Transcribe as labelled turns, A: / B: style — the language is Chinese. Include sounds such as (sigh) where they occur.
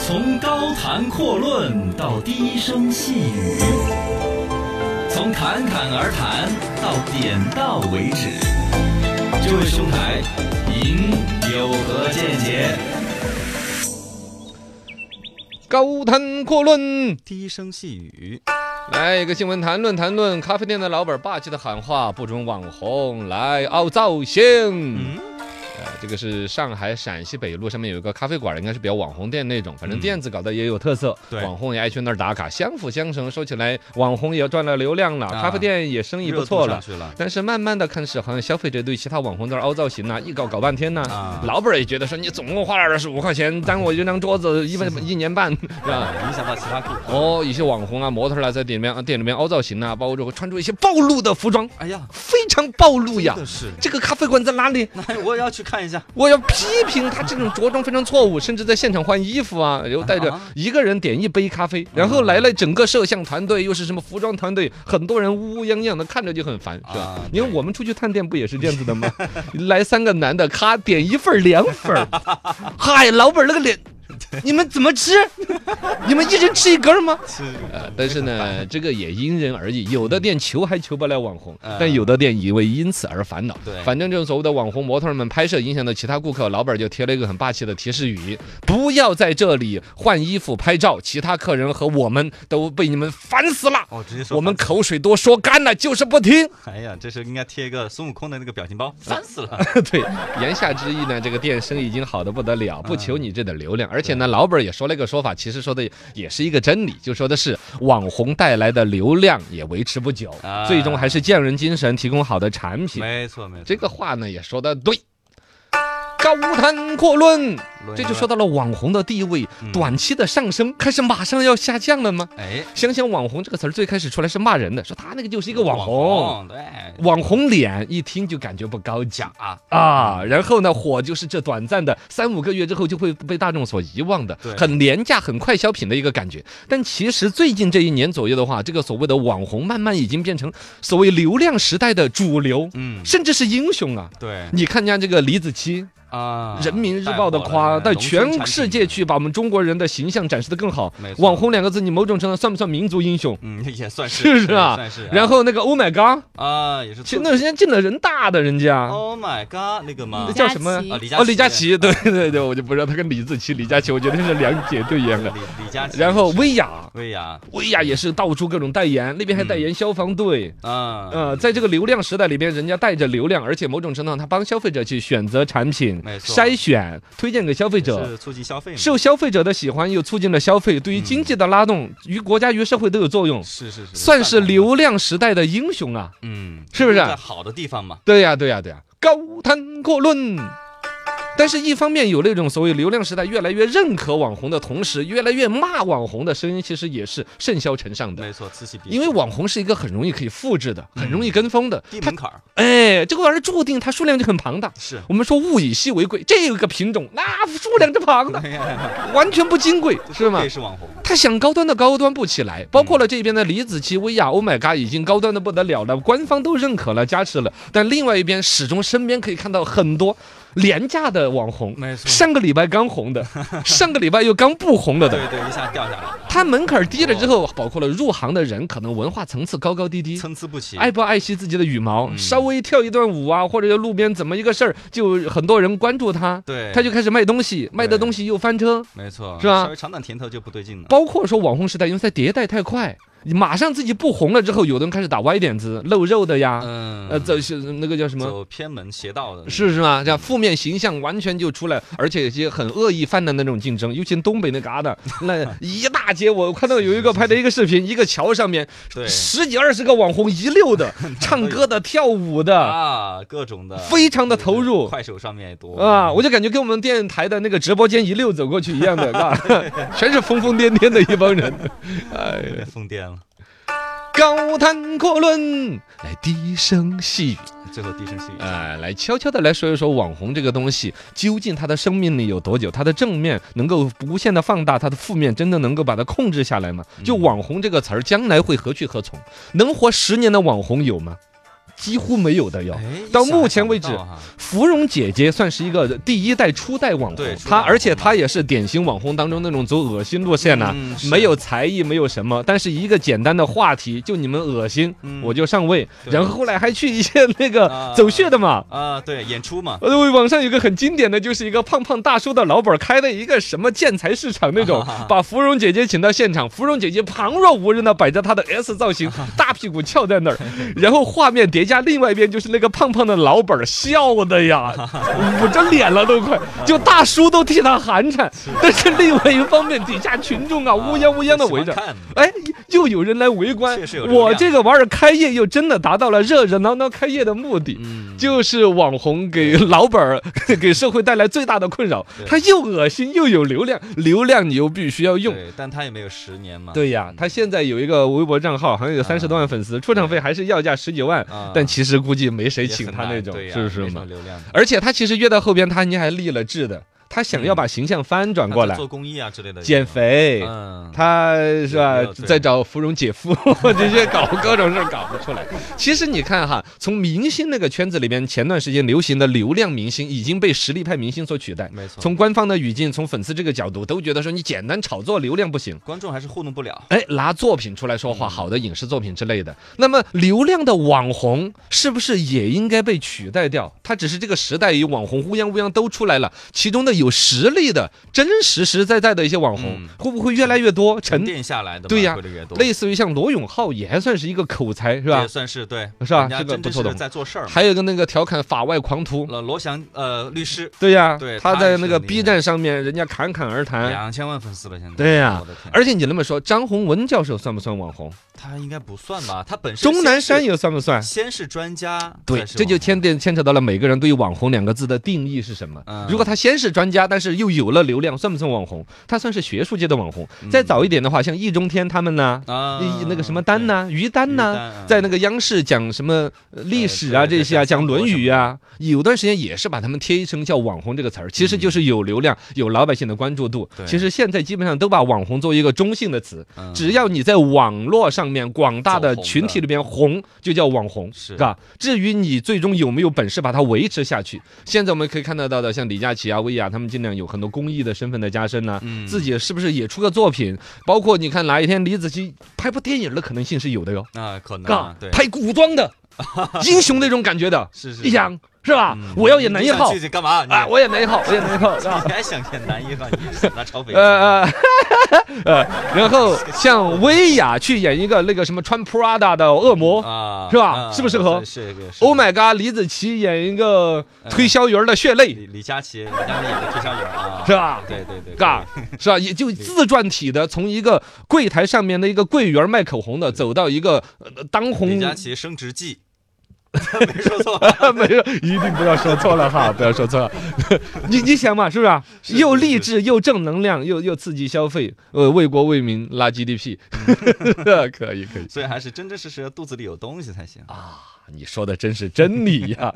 A: 从高谈阔论到低声细语，从侃侃而谈到点到为止。这位兄台，您有何见解？
B: 高谈阔论，
C: 低声细语，
B: 来一个新闻谈论谈论。咖啡店的老板霸气的喊话：不准网红来凹造型。
C: 嗯
B: 呃，这个是上海陕西北路上面有一个咖啡馆，应该是比较网红店那种，反正店子搞得也有特色，
C: 嗯对
B: 网红也爱去那儿打卡，相辅相成，说起来网红也赚了流量了，
C: 啊
B: 咖啡店也生意
C: 热
B: 不
C: 度
B: 错
C: 上
B: 了。
C: 去了，
B: 但是慢慢的开始，好像消费者对其他网红在那儿凹造型呐、一搞搞半天呐、
C: 啊
B: 老板儿也觉得说你总共花了二十五块钱，耽误我一张桌子一分
C: (laughs)
B: 一年半，是吧？
C: 啊影响到其他顾客。
B: 哦，一些网红啊、模特儿啊，在店里面啊、店里面凹造型啊，包括这个穿出一些暴露的服装，
C: 哎呀，
B: 非常暴露
C: 真
B: 呀
C: 的。是，
B: 这个咖啡馆在哪里？
C: 那我也要去看一下。
B: 我要批评他这种着装非常错误，甚至在现场换衣服啊，然后带着
C: 啊
B: 一个人点一杯咖啡，然后来了整个摄像团队，又是什么服装团队，很多人乌乌泱泱的，看着就很烦，是吧
C: 啊？
B: 因为我们出去探店不也是这样子
C: (laughs)
B: 的吗？来三个男的，咔点一份儿两份儿，嗨，老板那个脸，你们怎么吃？你们一人吃一根儿吗？
C: 是，
B: 呃，但是呢，这个也因人而异，有的店求还求不来网红，
C: 嗯
B: 但有的店也为因此而烦恼。
C: 对
B: 反正这种所谓的网红模特儿们拍摄影响到其他顾客，老板就贴了一个很霸气的提示语：不要在这里换衣服拍照，其他客人和我们都被你们烦死了。
C: 哦，直接说
B: 我们
C: 烦
B: 口水多说干了，就是不
C: 死
B: 听。
C: 了，哎呀，这是应该贴一个孙悟空的那个表情包，烦死了。
B: 对，言下之意呢，这个店生意已经好的不得了，不求你这点流量，而且呢，老板儿也说了一个说法，其实说的也是一个真理，就说的是网红带来的流量也维持不久，
C: 啊
B: 最终还是匠人精神提供好的产品。
C: (laughs) 没错没错，
B: 这个话呢也说的对。高谈阔论，
C: 轮
B: 这
C: 一
B: 就
C: 轮
B: 说到了网红的地位
C: 啊嗯
B: 短期的上升，开始马上要下降了吗？
C: 哎，
B: 想想“网红”这个词儿最开始出来是骂人的，说他那个就是一个网红，
C: 红，对，
B: 网红脸一听就感觉不高级。
C: 假，
B: 啊，然后呢，火就是这短暂的三五个月之后就会被大众所遗忘的
C: 对，
B: 很廉价、很快消品的一个感觉。但其实最近这一年左右的话，这个所谓的网红慢慢已经变成所谓流量时代的主流，
C: 嗯，哎
B: 甚至是英雄啊。
C: 对
B: 你看人家这个李子柒，
C: 啊，
B: 《人民日报》的夸，
C: 带
B: 到
C: 火了人家
B: 全世界，去把我们中国人的形象展示的更好
C: 没。错
B: 网红两个字，你某种程度上算不算民族英雄？
C: 农村产品嗯，也算
B: (laughs)
C: 是
B: 是不是啊
C: 算是啊。
B: 然后那个 Oh my God，
C: 啊，也是
B: 其实那人家进了人大的，人家
C: Oh my God，那个吗
B: 那？叫什么？
C: 啊，李佳
B: 哦，李佳
C: 琦，嗯
B: 琦，对对对，我就不知道他跟李子柒、李佳琦，我觉得是两姐对演的。
C: 李李佳琦，
B: 然后薇娅，
C: 薇娅，
B: 薇娅也是到处各种代言，那边还代言消防队。
C: 嗯，
B: 呃，在这个流量时代里边，人家带着流量，而且某种程度上，他帮消费者去选择产品
C: 没、错
B: 筛选、推荐给消费者。
C: 是促进消费嘛，
B: 受消费者的喜欢，又促进了消费，对于经济的拉动，于国家于社会都有作用，
C: 嗯是是是，
B: 算是
C: 同的，
B: 流量时代的英雄啊！
C: 嗯，
B: 是不是
C: 在好的地方嘛？
B: 对呀、对呀、对呀、高谈阔论。但是，一方面有那种所谓流量时代越来越认可网红的同时，越来越骂网红的声音，其实也是甚嚣尘上的。
C: 没错，嗯此起彼
B: 因为
C: 伏
B: 网红是一个很容易可以复制的，很容易跟风的
C: 低。
B: 它
C: 门槛儿
B: 哎，这个玩意儿注定它数量就很庞大。
C: 是，
B: 我们说物以稀为贵，这个品种那数量之庞大，
C: (laughs) 哎呀
B: 完全不金贵，是吗
C: 这？是网红，
B: 他想高端的高端不起
C: 嗯
B: 来，包括了这边的李子柒、薇娅、Oh my God，已经高端的不得了了，官方都认可了、加持了。但另外一边，始终身边可以看到很多廉价的网红，
C: 没错
B: 上个礼拜刚红
C: (laughs)
B: 的，上个礼拜又刚不红了的。
C: 对对，一下掉下来了，
B: 他门槛低了之后，包括了入行的人，可能文化层次高高低低。
C: 参差不齐，
B: 爱不爱惜自己的羽毛，
C: 嗯
B: 稍微跳一段舞啊，或者在路边怎么一个事儿，就很多人关注他，
C: 对，
B: 他就开始卖东西，卖的
C: 对
B: 东西又翻车，
C: 没错，
B: 是吧
C: 稍微尝点甜头就不对劲了，
B: 包括说网红时代，因为它迭代太快，你马上自己不红了之后，有的人开始打歪点子、露肉的呀，
C: 嗯
B: 呃，走是那个叫什么？
C: 走偏门邪道的，
B: 是是吗？这样负面形象完全就出来，而且有些很恶意泛滥的那种竞争，尤其东北那旮瘩，那
C: (laughs)
B: 一大街，我看到有一个拍的一个视频，一个桥上面
C: 对
B: 十几二十个网红一
C: (laughs)
B: 溜的，唱歌的、跳舞的，
C: 啊，各种的，
B: 非常的投入
C: 快手上面也多
B: 啊，我就感觉跟我们电台的那个直播间一溜走过去一样的，是吧？ (laughs) 全是疯疯癫癫的一帮人，哎呀
C: 有。点疯癫了，
B: 高谈阔论，来低声细语，
C: 最后低声细语，
B: 哎、来悄悄的来说一说网红这个东西，究竟它的生命力有多久？它的正面能够无限的放大，它的负面真的能够把它控制下来吗？就网红这个词儿，将来会何去何从？能活十年的网红有吗？几乎没有的哟
C: 哎。
B: 到目前为止
C: 想不到哈，
B: 芙蓉姐姐算是一个第一代初代网红
C: 对，初代
B: 她
C: 网红
B: 而且她也是典型网红当中那种走恶心路线呐、
C: 嗯是
B: 没有才艺，没有什么，但是一个简单的话题，就你们恶心，
C: 嗯
B: 我就上位。
C: 对
B: 然后后来还去一些那个
C: 啊
B: 走穴的嘛。
C: 啊，对，演出嘛，
B: 呃，网上有个很经典的，就是一个胖胖大叔的老板开的一个什么建材市场那
C: 啊
B: 种，把芙蓉姐姐请到现场，芙蓉姐姐旁若无人的摆着她的 S 造型，大屁股翘在
C: (laughs)
B: 那儿，然后画面叠加另外一边就是那个胖胖的老板笑的呀，捂着脸了都快，就大叔都替他寒颤，但是另外一方面底下群众啊乌泱乌泱的围着
C: 喜。欢看
B: 哎，又有人来围观
C: 确实有，人
B: 我
C: 量
B: 这个玩意儿开业又真的达到了热热闹闹开业的目的。
C: 嗯，
B: (laughs) 就是网红给老板儿、 (laughs) 给社会带来最大的困扰，
C: 对
B: 他又恶心又有流量，流量你又必须要用。
C: 对，但啊他也没有十年嘛，
B: 对呀，他现在有一个微博账号，好像有三十多万粉丝，出场费还是要价十几万
C: 啊，
B: 但其实估计没谁
C: 也
B: 请
C: 很
B: 他那
C: 难
B: 种
C: 对，呀
B: 是不是
C: 没什么
B: 嘛？
C: 流量的
B: 而且他其实越到后边，他你还立了志的，他想要把形象翻转
C: 嗯他
B: 过
C: 在
B: 来，
C: 做公益啊之类的，
B: 减，肥。
C: 嗯，
B: 他是吧
C: 也没有，对
B: 在找芙蓉姐夫 (laughs) 这些搞各种事儿搞不出来。其实你看哈，从明星那个圈子里边，前段时间流行的流量明星已经被实力派明星所取代。
C: 没错，
B: 从官方的语境，从粉丝这个角度，都觉得说你简单炒作流量不行。
C: 观众还是糊弄不了，
B: 哎，拿作品出来说
C: 嗯
B: 话，好的影视作品之类的。那么流量的网红是不是也应该被取代掉？它只是这个时代以网红乌泱乌泱都出来了，其中的有实力的、真实实在在的一些网红
C: 嗯，
B: 会不会越来越多？
C: 沉
B: 沉
C: 淀下来的嘛
B: 对呀
C: 会的越多，
B: 类似于像罗永浩也还算是一个口才，是吧
C: 也？算是对，
B: 是吧
C: 人家
B: 这个
C: 真
B: 不
C: 真
B: 错
C: 实
B: 的
C: 实在做事儿嘛。
B: 还有一个那个调侃法外狂徒，
C: 罗罗翔呃，律师
B: 对呀、
C: 对
B: 他
C: 他
B: 在
C: 也
B: 那
C: 是
B: 个
C: 厉
B: B
C: 害
B: 站上面，人家侃侃而谈。
C: 两千万粉丝了，现在
B: 哎对呀哎
C: 我的天，
B: 而且你那么说，张宏文教授算不算网红？
C: 他应该不算吧？他本身
B: 钟南山
C: 有
B: 也算不算？
C: 先是专家，
B: 对，
C: 再是
B: 这就
C: 网
B: 牵点牵扯到了每个人对于“网红”两个字的定义是什么
C: 嗯。
B: 如果他先是专家，但是又有了流量，算不算网红？他算是学术界的网红。再早一点的话，像易中天他们呐，
C: 红啊
B: 一那个什么丹呐、于丹
C: 于丹
B: 呐
C: 啊，
B: 在那个央视讲什么呃历史啊
C: 对对
B: 这些啊，
C: 讲三
B: 讲《
C: 国
B: 论
C: 什么
B: 语》
C: 的
B: 啊，有段时间也是把他们贴一成叫网红这个词儿，其实就是有流量、有老百姓的关注度。
C: 对
B: 其实现在基本上都把网红作为一个中性的词，
C: 对嗯
B: 只要你在网络上面广大
C: 走
B: 的
C: 红的
B: 群体里边红，就叫网红，
C: 是
B: 吧？至于你最终有没有本事把它维持下去，现在我们可以看得到的，像李佳琦啊、薇娅他们尽量有很多公益的身份的加深呐、
C: 嗯
B: 自己是不是也出个作品？包括你看哪一天李子柒拍部电影的可能性是有的哟，
C: 啊可能
B: 嘎
C: 啊对，
B: 拍古装
C: (laughs)
B: 的英雄那种感觉的，
C: 是是
B: 一
C: 是
B: 样是吧
C: 嗯？
B: 我要演男一号
C: 你想去去干嘛？你
B: 啊，我演男
C: (laughs)
B: 一号，我演男一号，是吧？
C: 你还想演男一号？你想拿超肥？
B: 呃呃呃， (laughs) 然后像薇娅去演一个那个什么穿 Prada 的恶魔。
C: 啊
B: 哦是吧
C: 啊
B: 适不适合
C: 是是是嗯
B: Oh my god！李子柒演一个推销员的血
C: (laughs)
B: 泪，
C: 李李佳琦，李佳琦演的推销员啊，
B: 是吧？
C: 对对对，
B: 嘎，是吧？也就自传体的，从一个柜台上面的一个柜员卖口红的，走到一个呃当
C: 对
B: 红
C: 李佳琦升职记， (laughs) 没说错吧？
B: 没有，一定不要说错了哈，不要说错了。 (laughs) 你你想嘛，是不是啊？
C: 是
B: 又
C: 是
B: 励
C: 是
B: 志又正能量，又又刺激消费，呃，为国为民拉 GDP，可以可以
C: 嗯
B: (laughs)
C: 所以还是真真实实的肚子里有东西才行。
B: 啊！你说的真是真理呀、